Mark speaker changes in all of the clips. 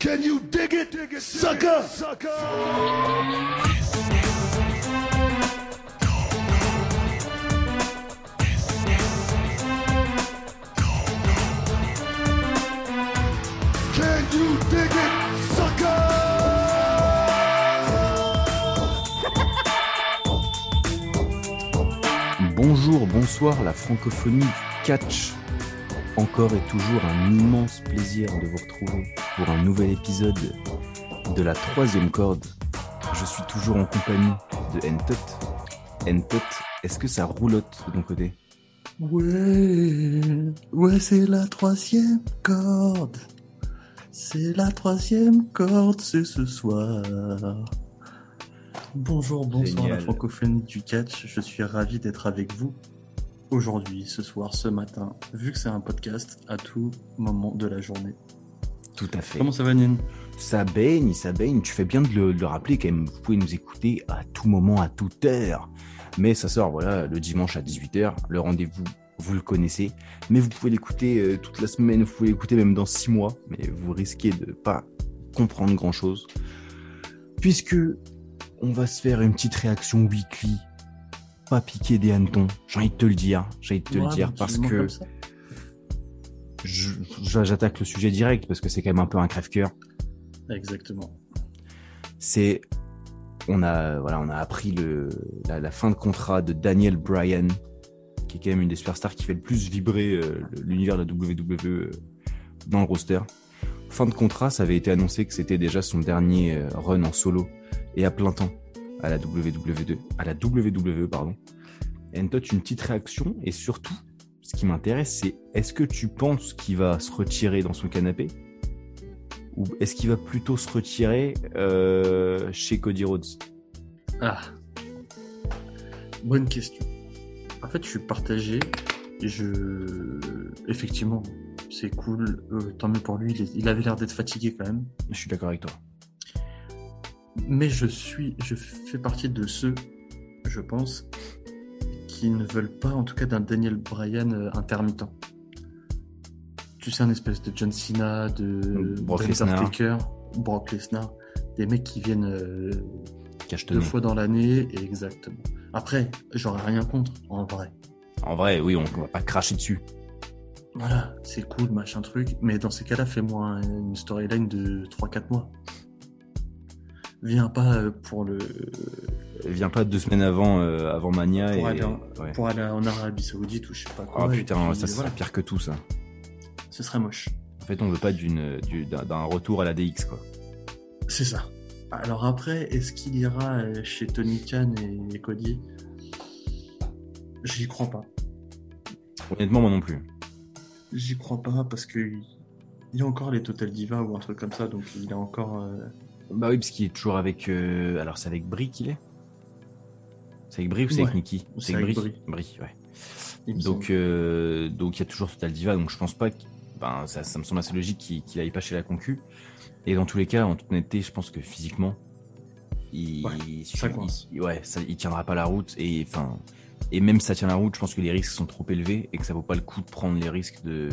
Speaker 1: Can you dig it, dig it sucker? Can you dig it, sucker?
Speaker 2: Bonjour, bonsoir la francophonie du catch. Encore et toujours un immense plaisir de vous retrouver pour un nouvel épisode de la troisième corde. Je suis toujours en compagnie de Ntot. Ntot, est-ce que ça roulotte de ton côté
Speaker 3: Ouais, ouais, c'est la troisième corde. C'est la troisième corde, c'est ce soir. Bonjour, bonsoir
Speaker 2: Génial.
Speaker 3: la francophonie du catch. Je suis ravi d'être avec vous aujourd'hui, ce soir, ce matin, vu que c'est un podcast à tout moment de la journée.
Speaker 2: Tout à fait.
Speaker 3: Comment ça va, Nine
Speaker 2: Ça baigne, ça baigne. Tu fais bien de le, de le rappeler quand même. Vous pouvez nous écouter à tout moment, à toute heure. Mais ça sort, voilà, le dimanche à 18h. Le rendez-vous, vous le connaissez. Mais vous pouvez l'écouter euh, toute la semaine. Vous pouvez l'écouter même dans six mois. Mais vous risquez de pas comprendre grand-chose. Puisque on va se faire une petite réaction weekly. Pas piquer des hannetons. J'ai envie de te le dire. J'ai envie de te le
Speaker 3: Ouais,
Speaker 2: dire
Speaker 3: tu
Speaker 2: parce
Speaker 3: mens
Speaker 2: que
Speaker 3: comme ça
Speaker 2: je- je- j'attaque le sujet direct parce que c'est quand même un peu un crève-cœur.
Speaker 3: Exactement.
Speaker 2: c'est on a voilà on a appris le la, la fin de contrat de Daniel Bryan qui est quand même une des superstars qui fait le plus vibrer euh, le- l'univers de la WWE euh, dans le roster. Fin de contrat, ça avait été annoncé que c'était déjà son dernier euh, run en solo et à plein temps à la WWE, à la WWE pardon. Et toi, une petite réaction et surtout, ce qui m'intéresse, c'est est-ce que tu penses qu'il va se retirer dans son canapé ou est-ce qu'il va plutôt se retirer euh, chez Cody Rhodes
Speaker 3: Ah. Bonne question. En fait, je suis partagé. Je. Effectivement, c'est cool. Euh, tant mieux pour lui. Il, est- il avait l'air d'être fatigué quand même.
Speaker 2: Je suis d'accord avec toi.
Speaker 3: Mais je suis. Je fais partie de ceux, je pense, qui ne veulent pas, en tout cas, d'un Daniel Bryan euh, intermittent. Tu sais, un espèce de John Cena, de.
Speaker 2: Brock
Speaker 3: d'Undertaker, Brock Lesnar. Des mecs qui viennent. euh,
Speaker 2: Cache te
Speaker 3: deux fois dans l'année, et exactement. Après, j'aurais rien contre, en vrai.
Speaker 2: En vrai, oui, on, on va pas cracher dessus.
Speaker 3: Voilà, c'est cool, machin truc, mais dans ces cas-là, fais-moi un- une storyline de 3-4 mois. Viens pas euh, pour le
Speaker 2: Viens pas deux semaines avant, euh, avant Mania
Speaker 3: Pour
Speaker 2: et.
Speaker 3: aller en-
Speaker 2: ouais.
Speaker 3: pour aller en Arabie Saoudite ou je sais pas quoi.
Speaker 2: Oh
Speaker 3: et
Speaker 2: putain,
Speaker 3: puis,
Speaker 2: ça serait
Speaker 3: voilà,
Speaker 2: pire que tout ça.
Speaker 3: ce serait moche.
Speaker 2: En fait, on veut pas d'une du- d'un d'un retour à la DX quoi.
Speaker 3: C'est ça. Alors après, est-ce qu'il ira euh, chez Tony Khan et Cody J'y crois pas.
Speaker 2: Honnêtement, moi non plus.
Speaker 3: J'y crois pas parce que il y a encore les Total Divas ou un truc comme ça, donc il a encore. euh,
Speaker 2: Bah oui, parce qu'il est toujours avec. euh, Alors, c'est avec Brie qu'il est C'est avec Brie ou c'est avec
Speaker 3: Ouais,
Speaker 2: Nikki
Speaker 3: c'est avec
Speaker 2: Brie, ouais.
Speaker 3: il me semble.
Speaker 2: Donc, euh, donc il y a toujours Total Diva, donc je pense pas que. Ben, ça, ça me semble assez logique qu'il qu'il aille pas chez la concu. Et dans tous les cas, en toute honnêteté, je pense que physiquement, il.
Speaker 3: Ouais,
Speaker 2: il-
Speaker 3: ça coince.
Speaker 2: il- ouais, ça- il tiendra pas la route. Et, enfin, et même si ça tient la route, je pense que les risques sont trop élevés et que ça vaut pas le coup de prendre les risques de.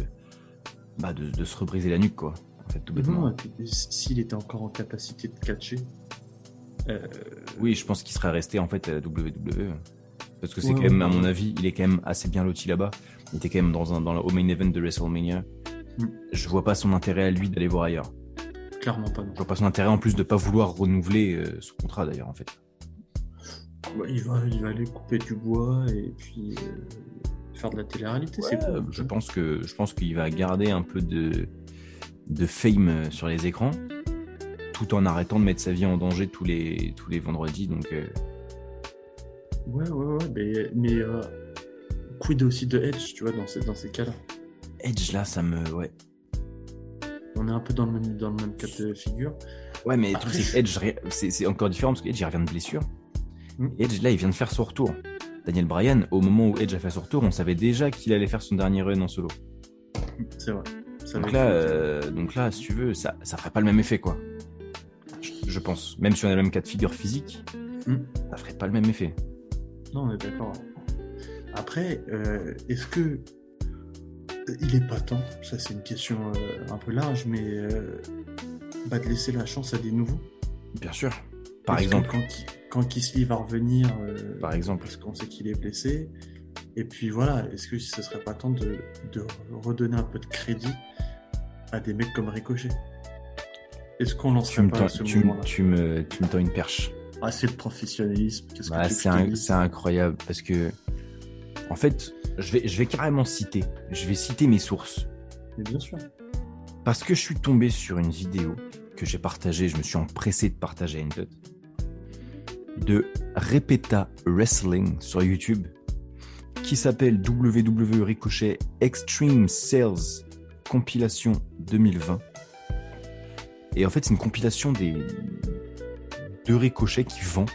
Speaker 2: Bah, de, de se rebriser la nuque, quoi. En fait, tout bêtement.
Speaker 3: Non, et puis, euh, s- s'il était encore en capacité de catcher, euh,
Speaker 2: Oui, je pense qu'il serait resté en fait à la WWE. Parce que c'est
Speaker 3: Ouais,
Speaker 2: quand
Speaker 3: ouais,
Speaker 2: même, à
Speaker 3: ouais.
Speaker 2: mon avis, il est quand même assez bien loti là-bas. Il était quand même dans, un, dans le main event de WrestleMania.
Speaker 3: Mm.
Speaker 2: Je vois pas son intérêt à lui d'aller voir ailleurs.
Speaker 3: clairement pas non.
Speaker 2: Je vois pas son intérêt en plus de pas vouloir renouveler euh, son contrat d'ailleurs en fait.
Speaker 3: Ouais, Bah, il, va, il va aller couper du bois et puis euh, faire de la télé-réalité, c'est
Speaker 2: Euh,
Speaker 3: cool.
Speaker 2: je pense que je pense qu'il va garder un peu de de fame euh, sur les écrans, tout en arrêtant de mettre sa vie en danger tous les tous les vendredis. Donc euh,
Speaker 3: Ouais, ouais, ouais, mais, mais euh, quid aussi de Edge, tu vois, dans ces, dans ces cas-là.
Speaker 2: Edge là, ça me ouais.
Speaker 3: On est un peu dans le même, dans le même cas de figure.
Speaker 2: Ouais, mais le
Speaker 3: Après,
Speaker 2: truc, c'est que Edge, ré- c'est c'est encore différent parce qu'Edge, il revient de blessure.
Speaker 3: Mm.
Speaker 2: Edge, là, il vient de faire son retour. Daniel Bryan, au moment où Edge a fait son retour, on savait déjà qu'il allait faire son dernier run en solo.
Speaker 3: C'est vrai. Ça
Speaker 2: Donc
Speaker 3: va
Speaker 2: là,
Speaker 3: être-
Speaker 2: euh, donc là, si tu veux, ça, ça ferait pas le même effet, quoi. Je, je pense. Même si on a le même cas de figure physique,
Speaker 3: Mm.
Speaker 2: ça ferait pas le même effet. euh,
Speaker 3: Non, on est d'accord. Après, euh, est-ce que il est pas temps Ça, c'est une question euh, un peu large, mais euh, bah, de laisser la chance à des nouveaux.
Speaker 2: Bien sûr. Par
Speaker 3: Parce que
Speaker 2: exemple.
Speaker 3: Quand, Ki- quand Kisly va revenir, euh,
Speaker 2: Par exemple.
Speaker 3: parce qu'on sait qu'il est blessé. Et puis voilà, est-ce que ce serait pas temps de, de redonner un peu de crédit à des mecs comme Ricochet Est-ce qu'on
Speaker 2: Tu
Speaker 3: lancerait
Speaker 2: me,
Speaker 3: pas
Speaker 2: tends-
Speaker 3: à ce
Speaker 2: tu me-
Speaker 3: moment-là
Speaker 2: tu me- tu me tends une perche.
Speaker 3: Ah, c'est le professionnalisme. Qu'est-ce
Speaker 2: Bah,
Speaker 3: que
Speaker 2: c'est
Speaker 3: tu veux que je te
Speaker 2: un-
Speaker 3: dise
Speaker 2: c'est incroyable parce que, en fait, je vais, je vais carrément citer. Je vais citer mes sources.
Speaker 3: Mais bien sûr.
Speaker 2: Parce que je suis tombé sur une vidéo que j'ai partagée, je me suis empressé de partager à une tête, de Repeta Wrestling sur YouTube, qui s'appelle WWE Ricochet Extreme Sales Compilation 2020. Et en fait, c'est une compilation des de Ricochet qui vend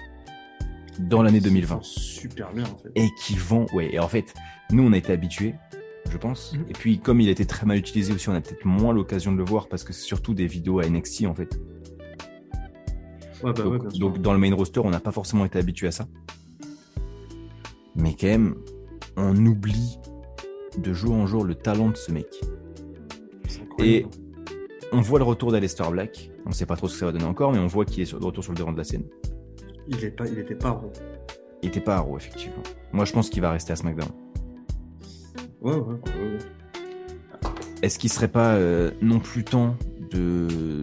Speaker 2: dans l'année 2020
Speaker 3: Ils font Super bien en fait.
Speaker 2: et qui vend. Ouais, et en fait, nous, on a été habitués, je pense.
Speaker 3: Mhm.
Speaker 2: Et puis, comme il a été très mal utilisé aussi, on a peut-être moins l'occasion de le voir parce que c'est surtout des vidéos à NXT, en fait.
Speaker 3: Ouais, bah, ouais,
Speaker 2: donc,
Speaker 3: bien sûr.
Speaker 2: donc, dans le main roster, on n'a pas forcément été habitué à ça. Mais quand même, on oublie de jour en jour le talent de ce mec.
Speaker 3: C'est incroyable.
Speaker 2: On voit le retour d'Alester Black. On ne sait pas trop ce que ça va donner encore, mais on voit qu'il est sur- de retour sur le devant de la scène.
Speaker 3: il est pas, il était pas rond.
Speaker 2: Il était pas à Raw, effectivement. Moi, je pense qu'il va rester à SmackDown.
Speaker 3: Ouais, ouais, ouais, ouais.
Speaker 2: Est-ce qu'il serait pas euh, non plus temps de,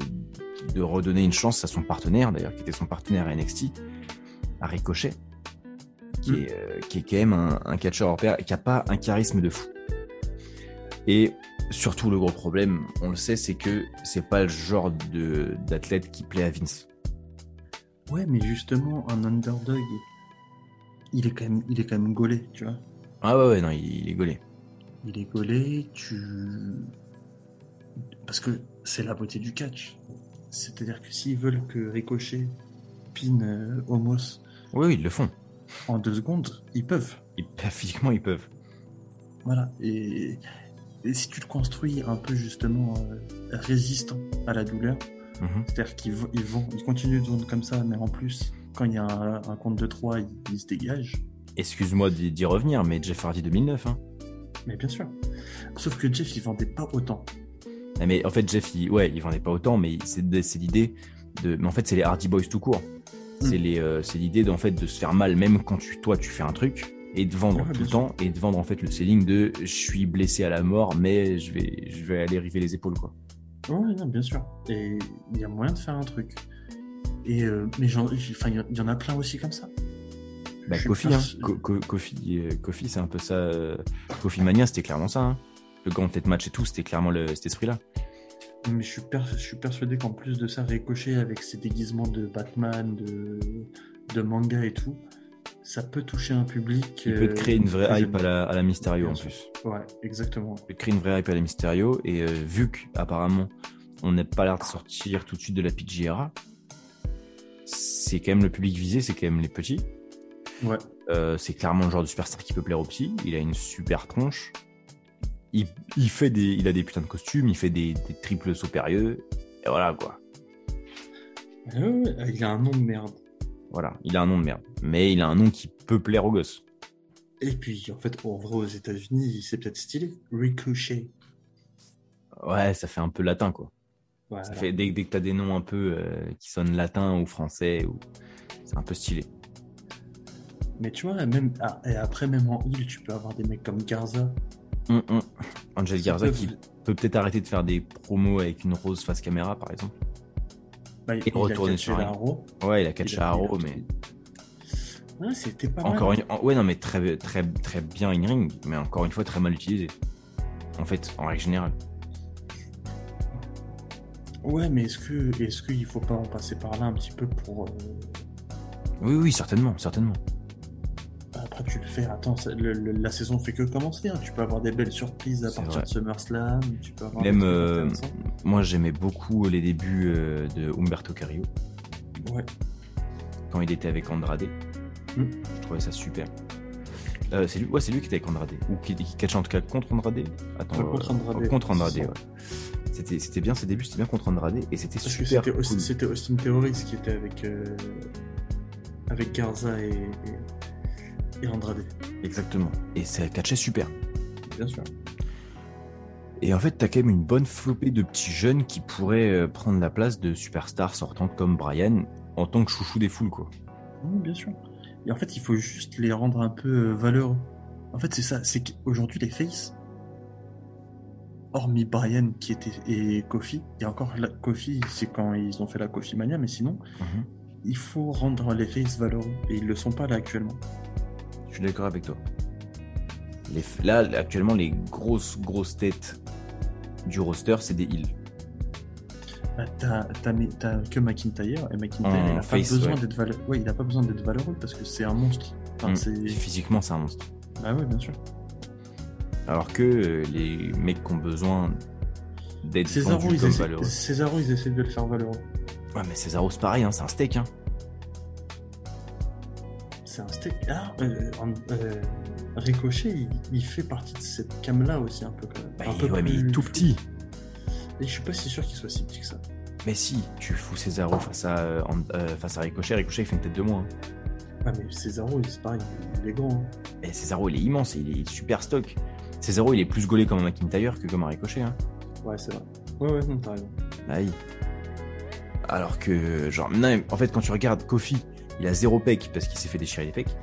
Speaker 2: de redonner une chance à son partenaire, d'ailleurs, qui était son partenaire à NXT, à Ricochet, qui,
Speaker 3: Mm.
Speaker 2: est, euh, qui est quand même un, un catcheur hors pair et qui a pas un charisme de fou. Et surtout, le gros problème, on le sait, c'est que c'est pas le genre de- d'athlète qui plaît à Vince.
Speaker 3: Ouais, mais justement, un underdog, il est quand même, il est quand même gaulé, tu vois.
Speaker 2: Ah ouais, ouais, non, il, il est gaulé.
Speaker 3: Il est gaulé, tu. Parce que c'est la beauté du catch. C'est-à-dire que s'ils veulent que Ricochet pine euh, Homos
Speaker 2: Oui, oui, ils le font.
Speaker 3: en deux secondes, ils peuvent.
Speaker 2: Ils peuvent- physiquement, ils peuvent.
Speaker 3: Voilà. Et, et si tu le construis un peu justement euh, résistant à la douleur,
Speaker 2: Mhm.
Speaker 3: c'est-à-dire qu'ils v- ils vont, ils continuent de vendre comme ça, mais en plus, quand il y a un, un compte de 3, ils il se dégagent.
Speaker 2: Excuse-moi d'y d'y revenir, mais Jeff Hardy 2009, hein.
Speaker 3: Mais bien sûr. Sauf que Jeff, il vendait pas autant.
Speaker 2: Ah, mais en fait, Jeff, il, ouais, il vendait pas autant, mais il- c'est c'est l'idée de. Mais en fait, c'est les Hardy Boys tout court. C'est
Speaker 3: Mm.
Speaker 2: les, euh, c'est l'idée d'en fait de se faire mal, même quand tu, toi, tu fais un truc et de vendre
Speaker 3: Ouais,
Speaker 2: tout
Speaker 3: bien
Speaker 2: le temps et de vendre en fait le selling de je suis blessé à la mort, mais je vais, je vais aller river les épaules quoi.
Speaker 3: Oui, non, bien sûr. Et il y a moyen de faire un truc. Et euh, mais j'en- j'ai- enfin, il y en- il y, en a plein aussi comme ça.
Speaker 2: Bah,
Speaker 3: Je suis
Speaker 2: Kofi,
Speaker 3: pas
Speaker 2: hein.
Speaker 3: sûr.
Speaker 2: Co- co- Kofi, euh, Kofi, c'est un peu ça. euh, Kofi Mania, c'était clairement ça. hein. Le grand tête match et tout, c'était clairement le, cet esprit là.
Speaker 3: Mais je suis, per- je suis persuadé qu'en plus de ça, Ricochet avec ses déguisements de Batman, de, de manga et tout, ça peut toucher un public.
Speaker 2: Il peut te
Speaker 3: euh,
Speaker 2: créer une
Speaker 3: que
Speaker 2: vraie
Speaker 3: j'aime
Speaker 2: hype à la, à la Mysterio
Speaker 3: Bien
Speaker 2: en
Speaker 3: sûr.
Speaker 2: plus.
Speaker 3: bien. Ouais, exactement.
Speaker 2: Il crée une vraie hype à la Mysterio et euh, vu qu'apparemment on n'a pas l'air de sortir tout de suite de la PGRA, c'est quand même le public visé, c'est quand même les petits.
Speaker 3: Ouais.
Speaker 2: Euh, c'est clairement le genre de superstar qui peut plaire aux petits. Il a une super tronche. Il, il fait des, il a des putains de costumes, il fait des, des triples supérieux. Et voilà quoi.
Speaker 3: Ouais, ouais, ouais, il a un nom de merde.
Speaker 2: Voilà, il a un nom de merde, mais il a un nom qui peut plaire aux gosses.
Speaker 3: Et puis, en fait, en vrai, aux États-Unis, c'est peut-être stylé. Ricochet.
Speaker 2: Ouais, ça fait un peu latin quoi.
Speaker 3: Voilà.
Speaker 2: Ça fait dès, dès que t'as des noms un peu euh, qui sonnent latin ou français ou c'est un peu stylé.
Speaker 3: Mais tu vois, même ah, et après, même en île, tu peux avoir des mecs comme Garza.
Speaker 2: Hum, hum. Angel
Speaker 3: Qui
Speaker 2: Garza
Speaker 3: peuvent-
Speaker 2: qui peut peut-être arrêter de faire des promos avec une rose face caméra par exemple.
Speaker 3: Bah, il a
Speaker 2: retourner
Speaker 3: catché
Speaker 2: sur
Speaker 3: la
Speaker 2: un-
Speaker 3: Raw.
Speaker 2: Ouais, il a
Speaker 3: Il
Speaker 2: catché à
Speaker 3: a- il a
Speaker 2: Arrow,
Speaker 3: tout-
Speaker 2: mais
Speaker 3: Ouais, Ah, c'était pas mal.
Speaker 2: encore une... en- ouais non mais très très très bien in ring, mais encore une fois très mal utilisé. En fait, en règle générale.
Speaker 3: Ouais, mais est-ce que est-ce qu'il faut pas en passer par là un petit peu pour euh,
Speaker 2: Oui oui certainement certainement.
Speaker 3: après tu le fais attends ça- le- le- la saison fait que commencer hein. tu peux avoir des belles surprises à
Speaker 2: C'est
Speaker 3: partir
Speaker 2: vrai.
Speaker 3: de SummerSlam tu peux avoir
Speaker 2: Même,
Speaker 3: des trucs
Speaker 2: euh,
Speaker 3: intéressants.
Speaker 2: Moi j'aimais beaucoup les débuts euh, de Humberto Carrillo
Speaker 3: ouais
Speaker 2: quand il était avec Andrade.
Speaker 3: Mm.
Speaker 2: Je trouvais ça super. Euh, c'est lui, ouais, c'est lui qui était avec Andrade ou qui, qui catchait en tout cas contre Andrade. Attends,
Speaker 3: Ouais, contre
Speaker 2: euh,
Speaker 3: Andrade,
Speaker 2: contre Andrade,
Speaker 3: c'est ça.
Speaker 2: ouais. C'était c'était bien ses débuts, c'était bien contre Andrade et c'était
Speaker 3: parce que
Speaker 2: super
Speaker 3: c'était Austin,
Speaker 2: cool.
Speaker 3: c'était Austin Theory qui était avec euh, avec Garza et, et, et Andrade
Speaker 2: Exactement. Et ça catchait super.
Speaker 3: bien sûr
Speaker 2: Et en fait, t'as quand même une bonne flopée de petits jeunes qui pourraient euh, prendre la place de superstars sortant comme Brian en tant que chouchou des foules, quoi.
Speaker 3: Oui, bien sûr. Et en fait, il faut juste les rendre un peu euh, valeureux. En fait, c'est ça. C'est qu'aujourd'hui, les faces, hormis Brian qui était et Kofi, et encore la Kofi, c'est quand ils ont fait la Kofi Mania, mais sinon,
Speaker 2: Mhm.
Speaker 3: il faut rendre les faces valeureux. Et ils le sont pas là actuellement.
Speaker 2: Je suis d'accord avec toi. Les f- là, actuellement, les grosses, grosses têtes du roster, c'est des heels.
Speaker 3: Bah, t'as, t'as, mais t'as que McIntyre, et McIntyre,
Speaker 2: En
Speaker 3: il a
Speaker 2: face,
Speaker 3: pas besoin
Speaker 2: Ah, ouais.
Speaker 3: d'être valeureux. Ouais, il a pas besoin d'être valeureux parce que c'est un monstre. Enfin,
Speaker 2: Mm.
Speaker 3: c'est...
Speaker 2: Physiquement, c'est un monstre.
Speaker 3: Ah ouais, bien sûr.
Speaker 2: Alors que euh, les mecs qui ont besoin d'être
Speaker 3: Césaro,
Speaker 2: vendus
Speaker 3: ils,
Speaker 2: comme
Speaker 3: essaient...
Speaker 2: valeureux.
Speaker 3: Cesaro, ils essaient de le faire valeureux.
Speaker 2: Ouais, mais César c'est pareil, hein, c'est un steak. Hein.
Speaker 3: C'est un steak. Ah, euh, en- euh, Ricochet, il, il fait partie de cette cam-là aussi, un peu quand même.
Speaker 2: Bah,
Speaker 3: un
Speaker 2: il-
Speaker 3: peu
Speaker 2: ouais, mais il est
Speaker 3: plus-
Speaker 2: tout petit.
Speaker 3: Et je suis pas si sûr qu'il soit si petit que ça.
Speaker 2: Mais si, tu fous César face à, euh, en- euh, face à Ricochet, Ricochet il fait une tête de moins. hein.
Speaker 3: Ah, mais Cesaro, il- c'est pareil, il est grand. hein.
Speaker 2: Et César Eh, il est immense, il est super stock. César il est plus gaulé comme un McIntyre que comme un Ricochet. Hein.
Speaker 3: Ouais, c'est vrai. Ouais, ouais, non, t'as raison.
Speaker 2: Aïe. Alors que, genre, non, en fait, quand tu regardes Kofi, il a zéro pec parce qu'il s'est fait déchirer les pecs.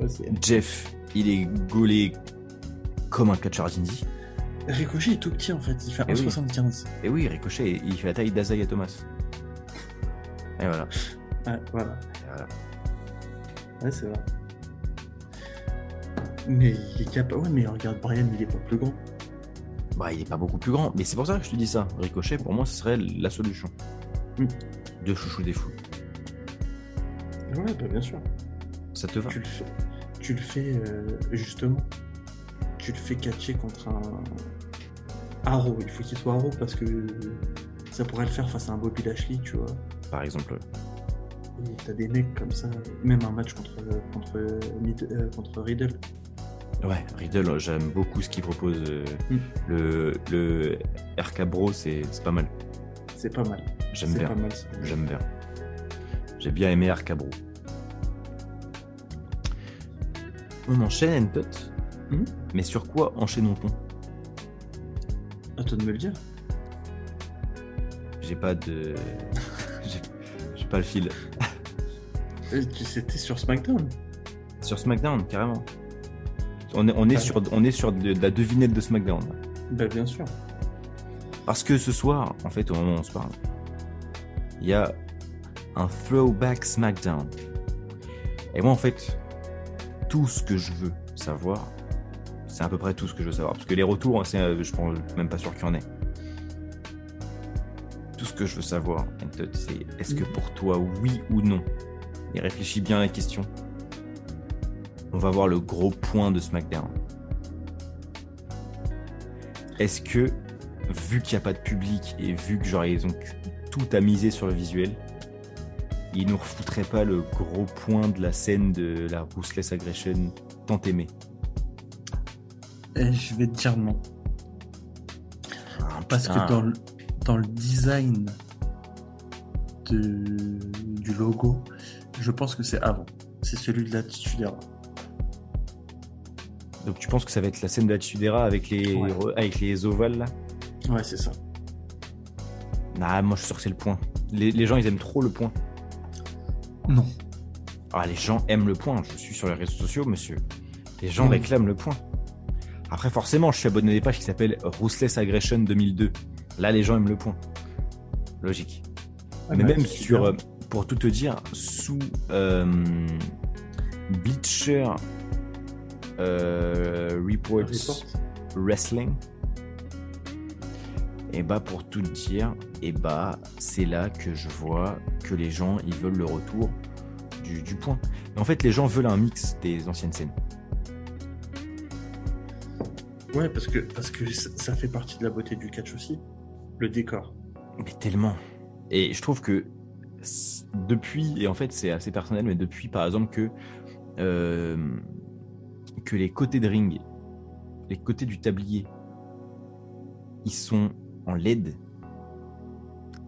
Speaker 3: Ouais, c'est-
Speaker 2: Jeff, il est gaulé comme un catcheur d'indie.
Speaker 3: Ricochet est tout petit en fait, il fait
Speaker 2: Eh oui.
Speaker 3: 1,75.
Speaker 2: Et oui, Ricochet, il fait la taille d'Azaya Thomas. Et voilà.
Speaker 3: Ouais, voilà.
Speaker 2: Et voilà.
Speaker 3: Ouais, c'est vrai. Mais il est capable. Ouais, mais regarde, Brian, il est pas plus grand.
Speaker 2: Bah, il est pas beaucoup plus grand, mais c'est pour ça que je te dis ça. Ricochet, pour moi, ce serait la solution.
Speaker 3: Mm.
Speaker 2: De chouchou des fous.
Speaker 3: Ouais, bah, bien sûr.
Speaker 2: Ça te va
Speaker 3: Tu le fais. Tu le fais, euh, justement. Tu le fais catcher contre un. Arrow. Il faut qu'il soit Arrow parce que ça pourrait le faire face à un Bobby Lashley, tu vois.
Speaker 2: Par exemple,
Speaker 3: Et T'as des mecs comme ça, même un match contre, contre, Mid- euh, contre Riddle.
Speaker 2: ouais, Riddle, euh, j'aime beaucoup ce qu'il propose. euh,
Speaker 3: Mm.
Speaker 2: Le, le RK Bro, c'est c'est pas mal.
Speaker 3: C'est pas mal.
Speaker 2: J'aime
Speaker 3: C'est
Speaker 2: bien.
Speaker 3: pas mal. ça.
Speaker 2: J'aime bien. J'ai bien aimé Arcabro. On enchaîne, Antot.
Speaker 3: Mhm.
Speaker 2: Mais sur quoi enchaînons-on
Speaker 3: À toi de me le dire.
Speaker 2: J'ai pas de. J'ai- J'ai pas le fil.
Speaker 3: Euh, tu- C'était sur SmackDown.
Speaker 2: Sur SmackDown, carrément. On est, on est
Speaker 3: Ah.
Speaker 2: sur, on est sur de, de la devinette de SmackDown. là.
Speaker 3: Bah, bien sûr.
Speaker 2: Parce que ce soir, en fait, au moment où on se parle, il y a un throwback SmackDown. Et moi, en fait, tout ce que je veux savoir, c'est à peu près tout ce que je veux savoir. Parce que les retours, hein, c'est, euh, je suis même pas sûr qu'il y en ait. Tout ce que je veux savoir, Antot, c'est est-ce que
Speaker 3: Mhm.
Speaker 2: pour toi, oui ou non Et réfléchis bien à la question. On va voir le gros point de SmackDown. Est-ce que, vu qu'il n'y a pas de public et vu que genre ils ont tout à miser sur le visuel, ils nous refouteraient pas le gros point de la scène de la Ruthless Aggression tant aimée
Speaker 3: Euh, je vais te dire non. Ah, Parce
Speaker 2: Ah.
Speaker 3: que dans le, dans le design de, du logo, je pense que c'est avant. C'est celui de la titulaire.
Speaker 2: Donc tu penses que ça va être la scène de la Tudera avec les
Speaker 3: Ouais.
Speaker 2: avec les ovales là
Speaker 3: Ouais, c'est ça.
Speaker 2: Nah, moi je suis sûr que c'est le point. Les, les gens ils aiment trop le point.
Speaker 3: Non.
Speaker 2: Ah, les gens aiment le point. Je suis sur les réseaux sociaux, monsieur. Les gens
Speaker 3: Oui.
Speaker 2: réclament le point. Après, forcément, je suis abonné à des pages qui s'appellent Ruthless Aggression 2002. Là, les gens aiment le point. Logique.
Speaker 3: Ah,
Speaker 2: Mais
Speaker 3: bah,
Speaker 2: même sur, euh, pour tout te dire, sous euh, Bleacher euh, Reports Wrestling, et bah pour tout te dire, et bah c'est là que je vois que les gens ils veulent le retour du, du point. Mais en fait, les gens veulent un mix des anciennes scènes.
Speaker 3: Ouais, parce que, parce que ça, ça fait partie de la beauté du catch aussi. Le décor.
Speaker 2: Mais tellement. Et je trouve que s- depuis, et en fait c'est assez personnel, mais depuis par exemple que, euh, que les côtés de ring, les côtés du tablier, ils sont en LED,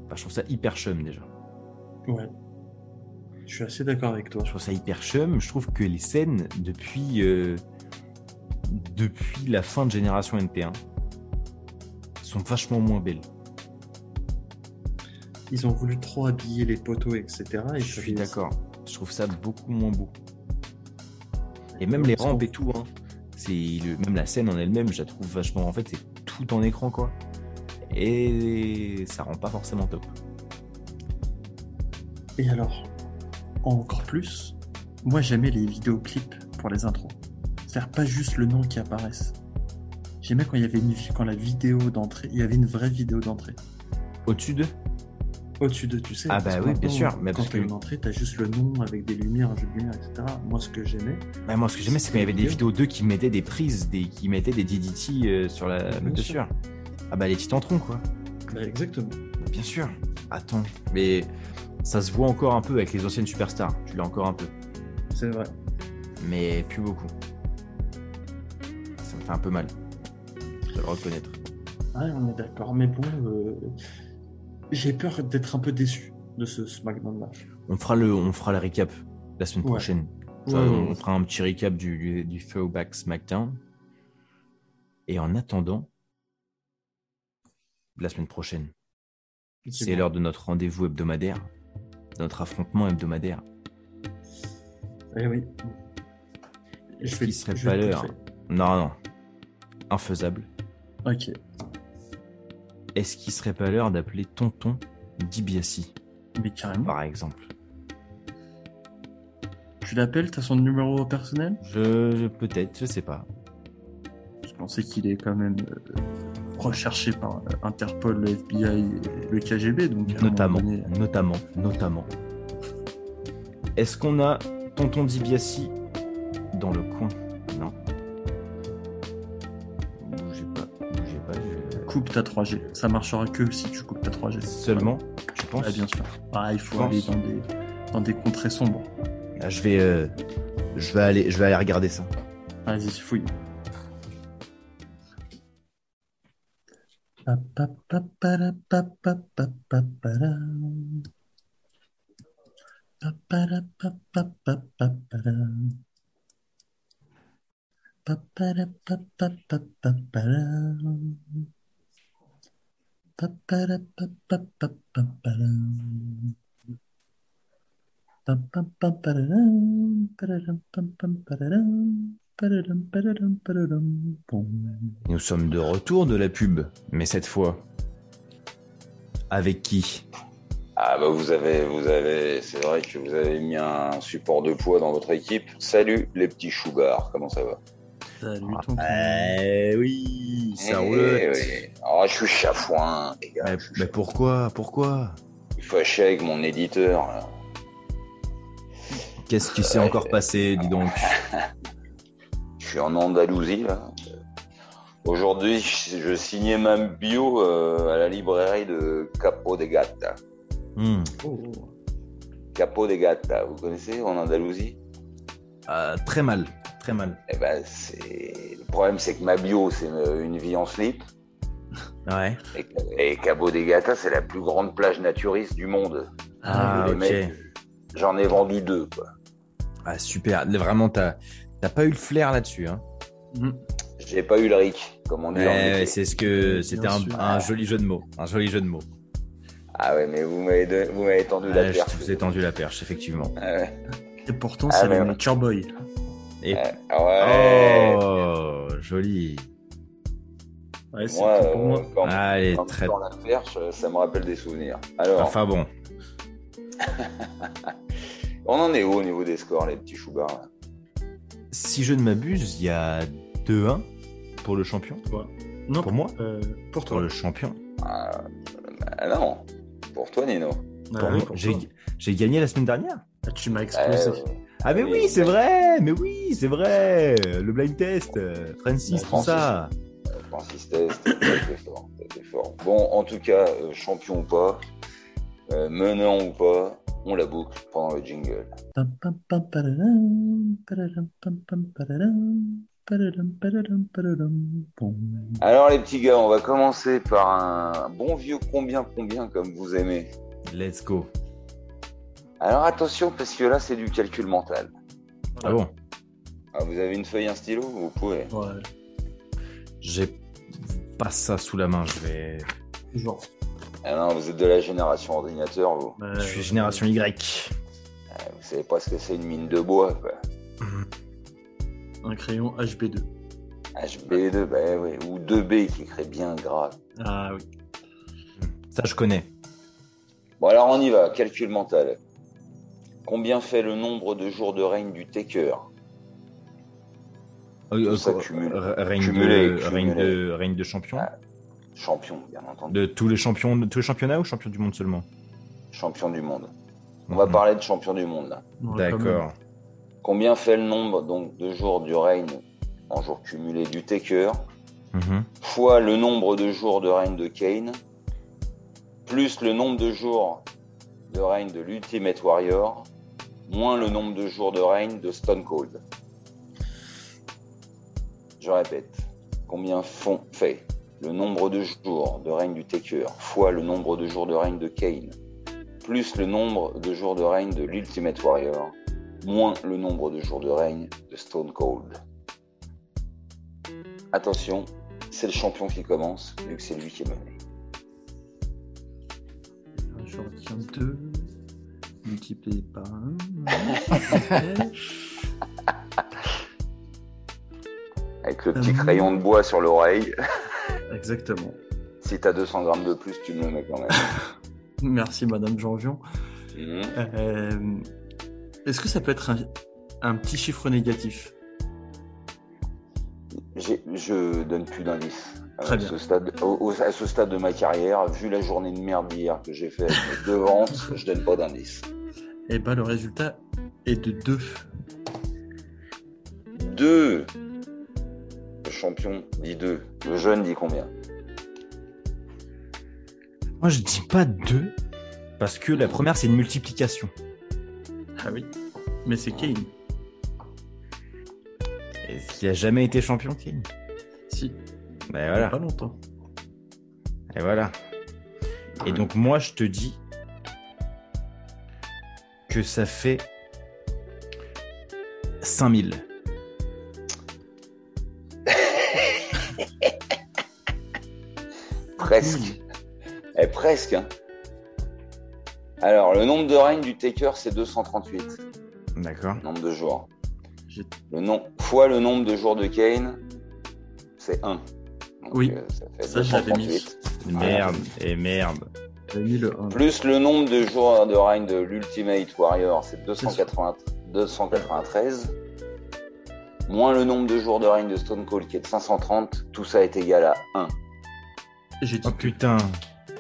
Speaker 2: bah, je trouve ça hyper chum déjà.
Speaker 3: Ouais. Je suis assez d'accord avec toi.
Speaker 2: Je trouve ça hyper chum. Je trouve que les scènes depuis, euh, depuis la fin de Génération NT1, sont vachement moins belles.
Speaker 3: Ils ont voulu trop habiller les poteaux, etc. Et
Speaker 2: je suis
Speaker 3: puis-
Speaker 2: d'accord. Je trouve ça beaucoup moins beau. Et même
Speaker 3: Ouais,
Speaker 2: les
Speaker 3: parce
Speaker 2: rampes
Speaker 3: qu'on-
Speaker 2: et tout, hein. C'est le- même la scène en elle-même, je la trouve vachement. En fait, c'est tout en écran, quoi. Et ça rend pas forcément top.
Speaker 3: Et alors, encore plus, moi j'aimais les vidéoclips pour les intros. C'est-à-dire pas juste le nom qui apparaissent. J'aimais quand il y avait une, quand la vidéo d'entrée, il y avait une vraie vidéo d'entrée.
Speaker 2: Au-dessus de
Speaker 3: Au-dessus de, tu sais.
Speaker 2: Ah
Speaker 3: parce
Speaker 2: bah
Speaker 3: que
Speaker 2: oui,
Speaker 3: maintenant,
Speaker 2: bien sûr, mais
Speaker 3: quand
Speaker 2: parce
Speaker 3: t'as
Speaker 2: que-
Speaker 3: une entrée, t'as juste le nom avec des lumières, un jeu de lumière, etc. Moi, ce que j'aimais,
Speaker 2: Bah, moi, ce que j'aimais, c'est quand il y avait des vidéos d'eux qui mettaient des prises, des... qui mettaient des DDT euh, sur la
Speaker 3: Bien
Speaker 2: bien sûr. Ah bah, les titantrons, quoi.
Speaker 3: bah, exactement.
Speaker 2: Bien sûr. Attends. Mais ça se voit encore un peu avec les anciennes superstars. Tu l'as encore un peu.
Speaker 3: C'est vrai.
Speaker 2: mais plus beaucoup. Ça me fait un peu mal de le reconnaître.
Speaker 3: Ah, on est d'accord. Mais bon, euh, j'ai peur d'être un peu déçu de ce SmackDown là.
Speaker 2: On fera le, on fera le récap la semaine
Speaker 3: Ouais.
Speaker 2: prochaine. Ça,
Speaker 3: Ouais,
Speaker 2: on
Speaker 3: ouais.
Speaker 2: fera un petit récap du, du, du throwback SmackDown. Et en attendant, la semaine prochaine, c'est l'heure de notre rendez-vous hebdomadaire, de notre affrontement hebdomadaire.
Speaker 3: Eh oui. Je
Speaker 2: Est-ce qu'il serait
Speaker 3: je
Speaker 2: pas
Speaker 3: te
Speaker 2: l'heure Non, non, infaisable.
Speaker 3: faire. Ok.
Speaker 2: Est-ce qu'il serait pas l'heure d'appeler Tonton Dibiassi,
Speaker 3: Mais carrément.
Speaker 2: par exemple
Speaker 3: Tu l'appelles, t'as son numéro personnel
Speaker 2: Je, je peut-être, je sais pas.
Speaker 3: Je pensais qu'il est quand même euh, recherché par euh, Interpol, le FBI et le KGB, donc. à un
Speaker 2: Notamment,
Speaker 3: moment donné- euh,
Speaker 2: notamment, notamment. Est-ce qu'on a Tonton Dibiassi dans le coin Non. Bougez pas, bougez pas. je-
Speaker 3: Coupe ta 3G. Ça marchera que si tu coupes ta 3G.
Speaker 2: Seulement, tu penses
Speaker 3: Ouais, bien sûr. Ah, il faut
Speaker 2: Pense.
Speaker 3: aller dans des, dans des contrées sombres.
Speaker 2: Ah, Je vais, euh, je vais aller, je vais aller regarder ça.
Speaker 3: Vas-y, fouille. Pa, pa, pa, pa, ra, pa, pa, pa, pa, pa, ra. Pa, pa, ra, pa, pa, pa, pa, pa, ra. Pa, pa, ra, pa, pa, pa, pa, pa, ra. Pa, pa, ra, pa, pa, pa, pa, pa, ra. Pa, pa, pa, pa, ra, ra. Pa, ra, ra, pa, pa, pa, ra, ra. Pa, ra, ra, pa, ra, ra, pa, ra, ra. Bon.
Speaker 2: Nous sommes de retour de la pub, mais cette fois, avec qui
Speaker 4: Ah bah vous avez, vous avez, c'est vrai que vous avez mis un support de poids dans votre équipe. Salut les petits chougars, comment ça va
Speaker 3: Salut
Speaker 2: Ah,
Speaker 3: tonton.
Speaker 2: Eh oui, ça
Speaker 4: Eh,
Speaker 2: roulette.
Speaker 4: oui. Oh, je suis chafouin, les gars.
Speaker 2: Mais,
Speaker 4: je suis
Speaker 2: mais
Speaker 4: chafouin.
Speaker 2: pourquoi, pourquoi
Speaker 4: Je suis fâché avec mon éditeur. là.
Speaker 2: Qu'est-ce qui s'est encore passé, dis donc
Speaker 4: Je suis en Andalousie là. Aujourd'hui, je je signais ma bio euh, à la librairie de Capo de Gata.
Speaker 2: Hmm.
Speaker 3: Oh, oh.
Speaker 4: Capo de Gata, vous connaissez en Andalousie
Speaker 2: Euh, très mal, très mal.
Speaker 4: Eh ben, c'est le problème, c'est que ma bio, c'est une- une vie en slip.
Speaker 2: Ouais.
Speaker 4: Et, et Cabo de Gata, c'est la plus grande plage naturiste du monde.
Speaker 2: Ah,
Speaker 4: Les
Speaker 2: ok.
Speaker 4: mecs, J'en ai vendu deux. quoi.
Speaker 2: Ah, super. Vraiment, t'as t'as pas eu le flair là-dessus. Hein.
Speaker 3: Mm.
Speaker 4: J'ai pas eu le RIC, comme on dit. en
Speaker 2: Ouais,
Speaker 4: Italie.
Speaker 2: c'est ce que
Speaker 3: Bien
Speaker 2: c'était un,
Speaker 3: sûr.
Speaker 2: un joli jeu de mots. Un joli jeu de mots.
Speaker 4: ah ouais, mais vous m'avez don- vous m'avez tendu
Speaker 2: Ah,
Speaker 4: la
Speaker 2: je
Speaker 4: perche.
Speaker 2: te vous ai tendu la perche, effectivement.
Speaker 4: Ah ouais.
Speaker 3: Et pourtant,
Speaker 4: Ah,
Speaker 3: c'est
Speaker 4: mais
Speaker 3: le
Speaker 4: ouais.
Speaker 3: Nature Boy.
Speaker 2: Et
Speaker 4: Ah ouais.
Speaker 2: oh, joli.
Speaker 3: Ouais, c'est
Speaker 4: moi,
Speaker 3: tout pour moi.
Speaker 4: euh, quand,
Speaker 2: Allez,
Speaker 4: quand
Speaker 2: Ah, très.
Speaker 4: dans la perche, ça me rappelle des souvenirs. Alors,
Speaker 2: Enfin bon,
Speaker 4: on en est où au niveau des scores, les petits choubards là
Speaker 2: si je ne m'abuse, il y a 2-1 pour le champion.
Speaker 3: Non,
Speaker 2: Pour moi
Speaker 3: euh,
Speaker 2: Pour
Speaker 3: Pour toi.
Speaker 2: le champion.
Speaker 4: ah, ah non, pour toi, Nino.
Speaker 3: Ah,
Speaker 2: Pour
Speaker 3: oui,
Speaker 2: moi.
Speaker 3: pour
Speaker 2: J'ai
Speaker 3: toi.
Speaker 2: j'ai gagné la semaine dernière.
Speaker 3: Ah, tu m'as
Speaker 4: Ah,
Speaker 3: explosé.
Speaker 4: ouais.
Speaker 2: Ah mais oui, c'est vrai, mais oui, c'est vrai. Le blind test, euh, Francis,
Speaker 4: Bon,
Speaker 2: tout ça.
Speaker 4: Francis Test, t'as été fort, t'as été fort. Bon, en tout cas, euh, champion ou pas, euh, menant ou pas, on la boucle pendant le jingle.
Speaker 3: Pam, pam, pam, pararam, pararam, pam, pam, pararam, pararam, pararam, pararam. Bon.
Speaker 4: Alors les petits gars, on va commencer par un bon vieux combien combien comme vous aimez.
Speaker 2: Let's go.
Speaker 4: Alors attention parce que là c'est du calcul mental.
Speaker 2: Ah bon
Speaker 4: Ah, vous avez une feuille, un stylo, vous pouvez.
Speaker 3: Ouais.
Speaker 2: J'ai. pas ça sous la main. Je, vais...
Speaker 3: Genre. euh,
Speaker 4: Ah non, vous êtes de la génération ordinateur, vous.
Speaker 2: je suis génération Y.
Speaker 4: Vous savez pas ce que c'est une mine de bois. quoi.
Speaker 3: Un crayon HB2.
Speaker 4: HB2, bah oui, ou 2B qui crée bien gras.
Speaker 3: Ah oui.
Speaker 2: Ça, je connais.
Speaker 4: Bon, alors on y va, calcul mental. Combien fait le nombre de jours de règne du Taker
Speaker 2: Euh,
Speaker 4: Ça
Speaker 2: euh,
Speaker 4: cumule.
Speaker 2: Règne
Speaker 4: Oh, Cumulé,
Speaker 2: de-
Speaker 4: cumulé.
Speaker 2: règne de- règne de champion.
Speaker 4: Ah. Champion, bien entendu.
Speaker 2: De tous les champions, de tous les championnats ou champion du monde seulement
Speaker 4: Champion du monde. On va
Speaker 2: Mhm.
Speaker 4: parler de champion du monde, là.
Speaker 3: Ouais, quand même.
Speaker 2: D'accord.
Speaker 4: Combien fait le nombre donc, de jours du règne en jours cumulés du Taker
Speaker 2: Mhm.
Speaker 4: fois le nombre de jours de règne de Kane, plus le nombre de jours de règne de l'Ultimate Warrior, moins le nombre de jours de règne de Stone Cold. Je répète, combien font, fait le nombre de jours de règne du Taker, fois le nombre de jours de règne de Kane, plus le nombre de jours de règne de l'Ultimate Warrior, moins le nombre de jours de règne de Stone Cold. Attention, c'est le champion qui commence, vu que c'est lui qui est mené.
Speaker 3: J'en retiens deux. Multiplié par un.
Speaker 4: Avec le
Speaker 3: Euh.
Speaker 4: petit crayon de bois sur l'oreille,
Speaker 3: Exactement.
Speaker 4: si t'as 200 grammes de plus, tu me le mets quand même.
Speaker 3: Merci Madame Janvion.
Speaker 4: Mhm.
Speaker 3: Euh, Est-ce que ça peut être un, un petit chiffre négatif
Speaker 4: J'ai- Je donne plus d'indices. à
Speaker 3: Très bien.
Speaker 4: ce stade- au- au- à ce stade de ma carrière, vu la journée de merde hier que j'ai fait avec mes deux ventes, je donne pas d'indices.
Speaker 3: Eh ben le résultat est de 2.
Speaker 4: Deux. Le champion dit deux. Le jeune dit combien
Speaker 2: Moi, je dis pas deux, parce que la première, c'est une multiplication.
Speaker 3: Ah oui. Mais c'est Kane.
Speaker 2: Est-ce qu'il a jamais été champion, Kane
Speaker 3: Si.
Speaker 2: Ben
Speaker 3: il y a
Speaker 2: voilà.
Speaker 3: Pas longtemps.
Speaker 2: Et voilà. Et donc, moi, je te dis que ça fait 5000.
Speaker 4: Presque. Eh, presque. hein. Alors, le nombre de règnes du Taker, c'est 238.
Speaker 2: D'accord.
Speaker 4: Nombre de jours.
Speaker 3: J'ai-
Speaker 4: Le nom, fois le nombre de jours de Kane, c'est 1.
Speaker 3: Oui.
Speaker 4: ça fait
Speaker 3: Ça, je l'avais mis.
Speaker 4: 238.
Speaker 2: Merde, et merde.
Speaker 3: J'avais mis le 1.
Speaker 4: Plus le nombre de jours de règne de l'Ultimate Warrior, c'est 280 293. Moins le nombre de jours de règne de Stone Cold, qui est de 530. Tout ça est égal à 1.
Speaker 3: J'ai dit
Speaker 2: Oh putain.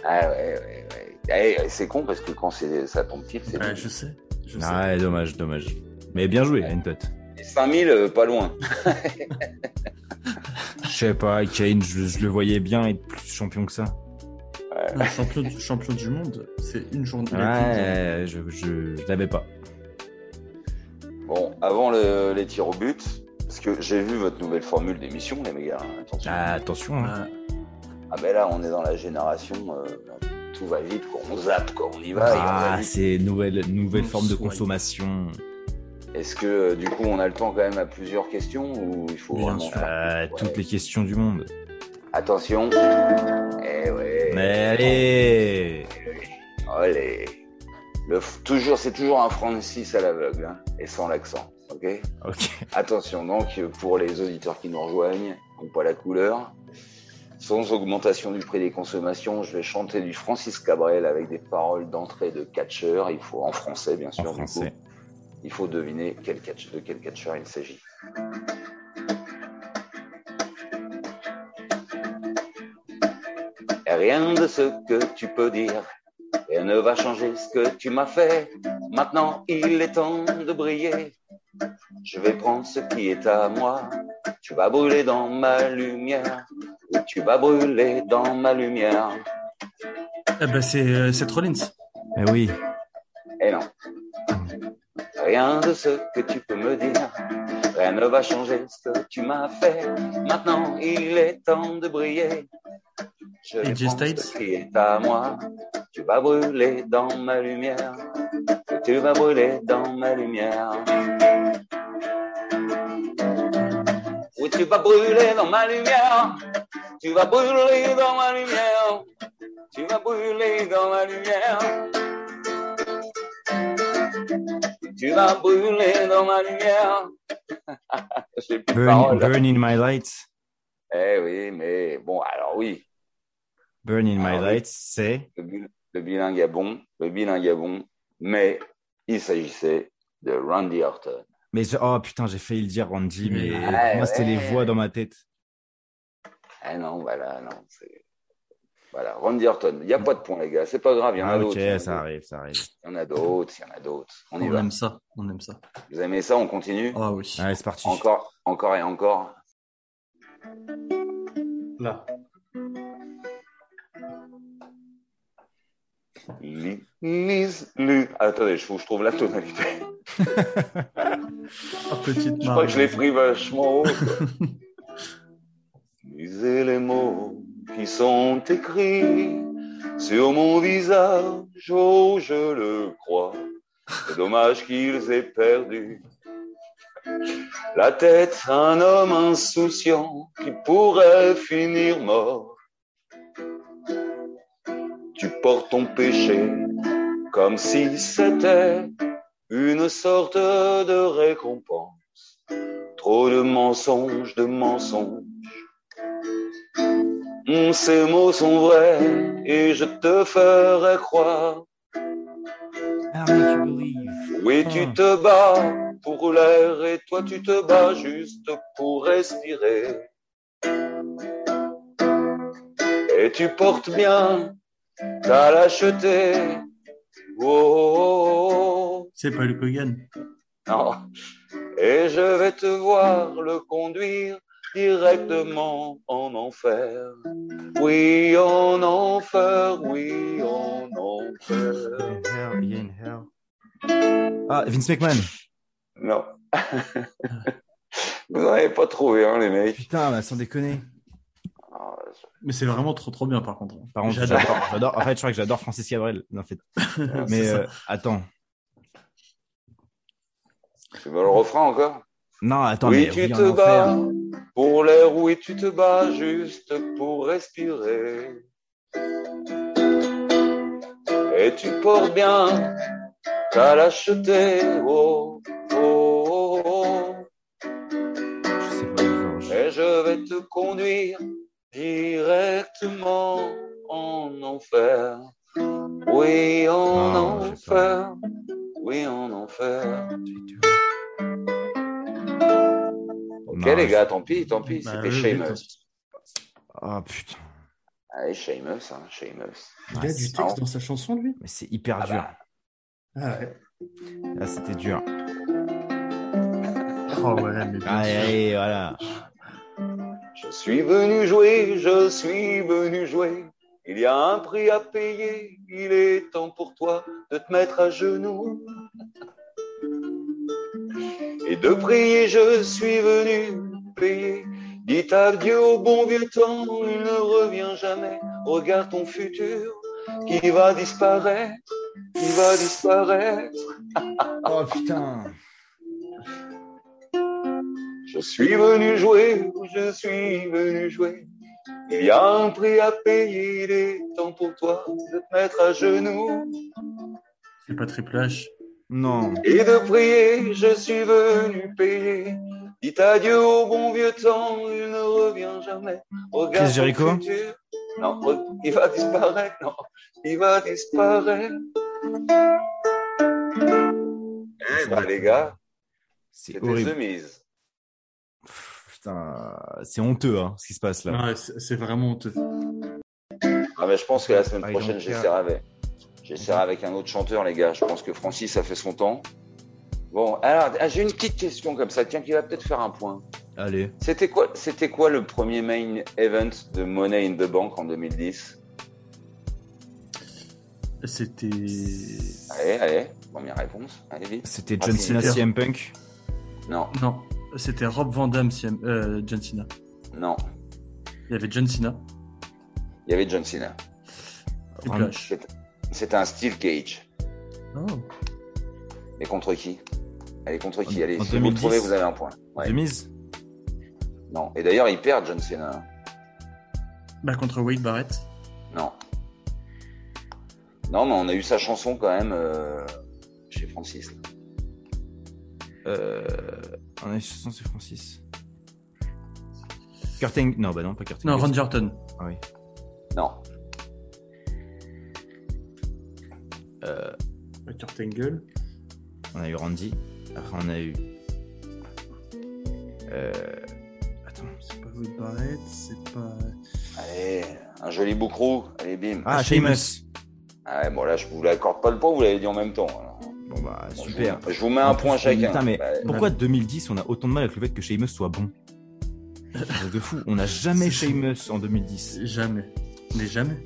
Speaker 4: Ah ouais, ouais, ouais. Eh, c'est con parce que quand c'est- ça tombe pile, c'est.
Speaker 3: Ah, je sais. Je sais.
Speaker 2: Ah, dommage, dommage. Mais bien joué, Hentot.
Speaker 4: 5000, euh, pas loin.
Speaker 2: Je sais pas, Kane, je, je le voyais bien être plus champion que ça.
Speaker 3: Ah, champion, du, champion du monde, c'est une journée.
Speaker 2: Ouais, je, je, je l'avais pas.
Speaker 4: Bon, avant le- les tirs au but, parce que j'ai vu votre nouvelle formule d'émission, les gars. hein, Attention.
Speaker 2: Ah, attention, hein.
Speaker 3: Ah,
Speaker 4: Ah ben là, on est dans la génération, euh, tout va vite, quoi. on zappe, quoi. on y va. et on va
Speaker 2: Ah,
Speaker 4: vite.
Speaker 2: c'est nouvelle, nouvelle forme de
Speaker 3: Soin.
Speaker 2: consommation.
Speaker 4: Est-ce que euh, du coup, on a le temps quand même à plusieurs questions ou il faut
Speaker 3: Bien
Speaker 4: vraiment
Speaker 3: sûr.
Speaker 2: Euh,
Speaker 4: faire vite, ouais.
Speaker 2: Toutes les questions du monde.
Speaker 4: Attention. Eh ouais.
Speaker 2: Mais allez
Speaker 4: Allez. Le f- toujours, c'est toujours un Francis à l'aveugle hein, et sans l'accent. Ok.
Speaker 2: Ok.
Speaker 4: Attention donc euh, pour les auditeurs qui nous rejoignent, qui n'ont pas la couleur. Sans augmentation du prix des consommations, je vais chanter du Francis Cabrel avec des paroles d'entrée de catcheur. Il faut en français bien sûr.
Speaker 2: En
Speaker 4: du coup.
Speaker 2: français.
Speaker 4: Il faut deviner quel catch- de quel catcheur il s'agit. Rien de ce que tu peux dire, rien ne va changer ce que tu m'as fait. Maintenant, il est temps de briller. Je vais prendre ce qui est à moi. Tu vas brûler dans ma lumière. Ou tu vas brûler dans ma lumière.
Speaker 3: Eh ben, c'est euh, Seth Rollins.
Speaker 2: Eh oui.
Speaker 4: Et Eh non. Rien de ce que tu peux me dire, rien ne va changer ce que tu m'as fait. Maintenant, il est temps de briller. Je
Speaker 3: AJ
Speaker 4: prends
Speaker 3: Styles.
Speaker 4: ce qui est à moi. Tu vas brûler dans ma lumière. Tu vas brûler dans ma lumière. Oui, tu vas brûler dans ma lumière. Tu vas brûler dans la lumière. Tu vas brûler dans la lumière. Tu vas brûler dans la lumière. J'ai plus de
Speaker 2: Burn,
Speaker 4: parole.
Speaker 2: burn in my lights.
Speaker 4: Eh oui, mais bon, alors oui,
Speaker 2: Burn in my
Speaker 4: Ah oui.
Speaker 2: lights, c'est.
Speaker 4: le, bil- le bilingue est bon, le bilingue est bon, mais il s'agissait de Randy Orton.
Speaker 2: Mais je- oh putain, j'ai failli le dire, Randy, mais
Speaker 3: Ouais,
Speaker 2: pour moi, c'était les
Speaker 4: Mm. Ah ouais.
Speaker 2: voix dans ma tête.
Speaker 4: Ah non, voilà, non, c'est. Voilà, Randy Orton. Il n'y a pas de point, les gars, c'est pas grave, il y en a
Speaker 2: Ah,
Speaker 4: d'autres.
Speaker 2: ok,
Speaker 4: il y en a
Speaker 2: ça
Speaker 4: d'autres.
Speaker 2: arrive, ça arrive.
Speaker 4: Il y en a d'autres, il y en a d'autres. On y
Speaker 3: On
Speaker 4: va.
Speaker 3: aime ça, on aime ça.
Speaker 4: Vous aimez ça, on continue
Speaker 3: Ah oui.
Speaker 2: Allez, c'est parti.
Speaker 4: Encore, encore et encore.
Speaker 3: Là.
Speaker 4: Li- Lise, Lu- Attendez, je, faut que je trouve la tonalité.
Speaker 3: Ah, petite
Speaker 4: Je crois
Speaker 3: Marie.
Speaker 4: que je l'ai pris vachement haut. quoi. Lisez les mots qui sont écrits sur mon visage, oh, je le crois. C'est dommage qu'ils aient perdu la tête, un homme insouciant qui pourrait finir mort. Tu portes ton péché comme si c'était une sorte de récompense. Trop de mensonges, de mensonges. Mm, Ces mots sont vrais et je te ferai croire. Oui, tu te bats pour l'air et toi tu te bats juste pour respirer. Et tu portes bien ta lâcheté. Oh, oh, oh, oh.
Speaker 3: C'est pas Luke Hogan.
Speaker 4: Non. Ah. Et je vais te voir le conduire directement en enfer. Oui, en enfer, oui, en enfer.
Speaker 2: In hell, yeah, in hell. Ah, Vince McMahon.
Speaker 4: Non. Vous n'avez pas trouvé, hein, les mecs.
Speaker 2: Putain, bah, sans déconner.
Speaker 4: Ah,
Speaker 3: Mais c'est vraiment trop trop bien par contre.
Speaker 2: Par contre,
Speaker 3: J'adore.
Speaker 2: j'adore. j'adore. En fait, je crois que j'adore Francis Cabrel. En fait. Mais
Speaker 4: Ah,
Speaker 3: C'est ça.
Speaker 2: euh, attends.
Speaker 4: Tu veux le refrain encore
Speaker 2: Non, attends,
Speaker 4: Oui,
Speaker 2: mais
Speaker 4: tu
Speaker 2: oui, en
Speaker 4: te
Speaker 2: enfer.
Speaker 4: bats pour l'air, oui, tu te bats juste pour respirer. Et tu portes bien ta lâcheté, oh, oh, oh, oh.
Speaker 2: Je sais pas, genre, je-
Speaker 4: Et je vais te conduire directement en enfer. Oui, en
Speaker 2: Non, j'ai
Speaker 4: enfer. Oui, en enfer. Ok,
Speaker 2: Non,
Speaker 4: les
Speaker 2: je-
Speaker 4: gars, tant pis, tant pis.
Speaker 3: Bah,
Speaker 4: C'était
Speaker 3: oui,
Speaker 4: Seamus.
Speaker 2: Ah, putain. Ah,
Speaker 4: Allez, Seamus, hein, Seamus.
Speaker 3: Il a du texte dans sa chanson lui.
Speaker 2: Mais c'est hyper
Speaker 4: Ah
Speaker 2: dur.
Speaker 4: bah.
Speaker 3: Ah ouais.
Speaker 2: Là, c'était dur.
Speaker 3: Oh ouais, mais bien
Speaker 2: Allez,
Speaker 3: sûr.
Speaker 2: allez, voilà.
Speaker 4: Je suis venu jouer, je suis venu jouer. Il y a un prix à payer, il est temps pour toi de te mettre à genoux. Et de prier, je suis venu payer. Dis adieu au bon vieux temps, il ne revient jamais. Regarde ton futur qui va disparaître, qui va disparaître.
Speaker 2: Oh putain.
Speaker 4: Je suis venu jouer, je suis venu jouer. Il y a un prix à payer, il est temps pour toi de te mettre à genoux
Speaker 3: C'est pas Triple H.
Speaker 2: Non.
Speaker 4: et de prier. Je suis venu payer. Dites adieu au bon vieux temps, il ne revient jamais. Regarde
Speaker 2: Chris Jericho
Speaker 4: ton futur. Non, re- il va disparaître, non, il va disparaître. Eh ben les gars,
Speaker 2: C'est
Speaker 4: c'était
Speaker 2: horrible.
Speaker 4: de mise.
Speaker 2: Pff, Putain, c'est honteux hein, ce qui se passe là.
Speaker 3: Ouais, c'est c'est vraiment honteux.
Speaker 4: Ah mais je pense que la semaine
Speaker 2: Ah,
Speaker 4: prochaine
Speaker 2: ils ont Mhm.
Speaker 4: j'essaierai avec. J'essaierai avec un autre chanteur les gars. Je pense que Francis a fait son temps. Bon, alors ah, j'ai une petite question comme ça, tiens qui va peut-être faire un point.
Speaker 2: Allez.
Speaker 4: C'était quoi c'était quoi le premier main event de Money in the Bank en 2010
Speaker 3: C'était.
Speaker 4: Allez, allez, première réponse. Allez vite.
Speaker 2: C'était
Speaker 4: Ah,
Speaker 2: John
Speaker 4: c'est
Speaker 2: Cena
Speaker 3: dur.
Speaker 2: CM Punk.
Speaker 4: Non,
Speaker 3: Non, c'était Rob Van Damme, CM, euh, John Cena.
Speaker 4: non.
Speaker 3: Il y avait John Cena,
Speaker 4: Il y avait John Cena.
Speaker 3: Triple
Speaker 2: Van-
Speaker 3: H.
Speaker 4: C'était un steel cage.
Speaker 3: Oh.
Speaker 4: Mais contre qui Allez, contre qui
Speaker 2: En-
Speaker 4: Allez,
Speaker 2: en
Speaker 4: si vous le
Speaker 2: 2010?
Speaker 4: trouvez, vous avez un point. Ouais.
Speaker 2: De mise
Speaker 4: Non. Et d'ailleurs, il perd John Cena.
Speaker 3: Bah, contre Wade Barrett.
Speaker 4: Non. Non, mais on a eu sa chanson quand même euh, chez Francis. là.
Speaker 2: Euh... Un assistant, c'est Francis. Kurt Eng- Non, bah non, pas Kurt
Speaker 3: Non,
Speaker 2: Angus.
Speaker 3: Ron Jordan.
Speaker 2: Ah oui.
Speaker 4: Non.
Speaker 2: Euh,
Speaker 3: Kurt Angle.
Speaker 2: on a eu Randy. Après, on a eu. Euh... Attends.
Speaker 3: C'est pas Wade Barrett, c'est pas.
Speaker 4: Allez, un joli boucrou. Allez, bim.
Speaker 2: Ah, Sheamus.
Speaker 4: Ah ouais, bon, là, je vous l'accorde pas le point, vous l'avez dit en même temps. alors.
Speaker 2: Bon, bah,
Speaker 4: Bon,
Speaker 2: super.
Speaker 4: Je vous, je vous mets un
Speaker 2: En
Speaker 4: point
Speaker 2: plus,
Speaker 4: chacun.
Speaker 2: putain, mais
Speaker 4: Bah,
Speaker 2: Pourquoi 2010 on a autant de mal avec le fait que Sheamus soit bon C'est de fou, on n'a jamais
Speaker 3: C'est-
Speaker 2: Sheamus en 2010.
Speaker 3: Jamais. Mais jamais.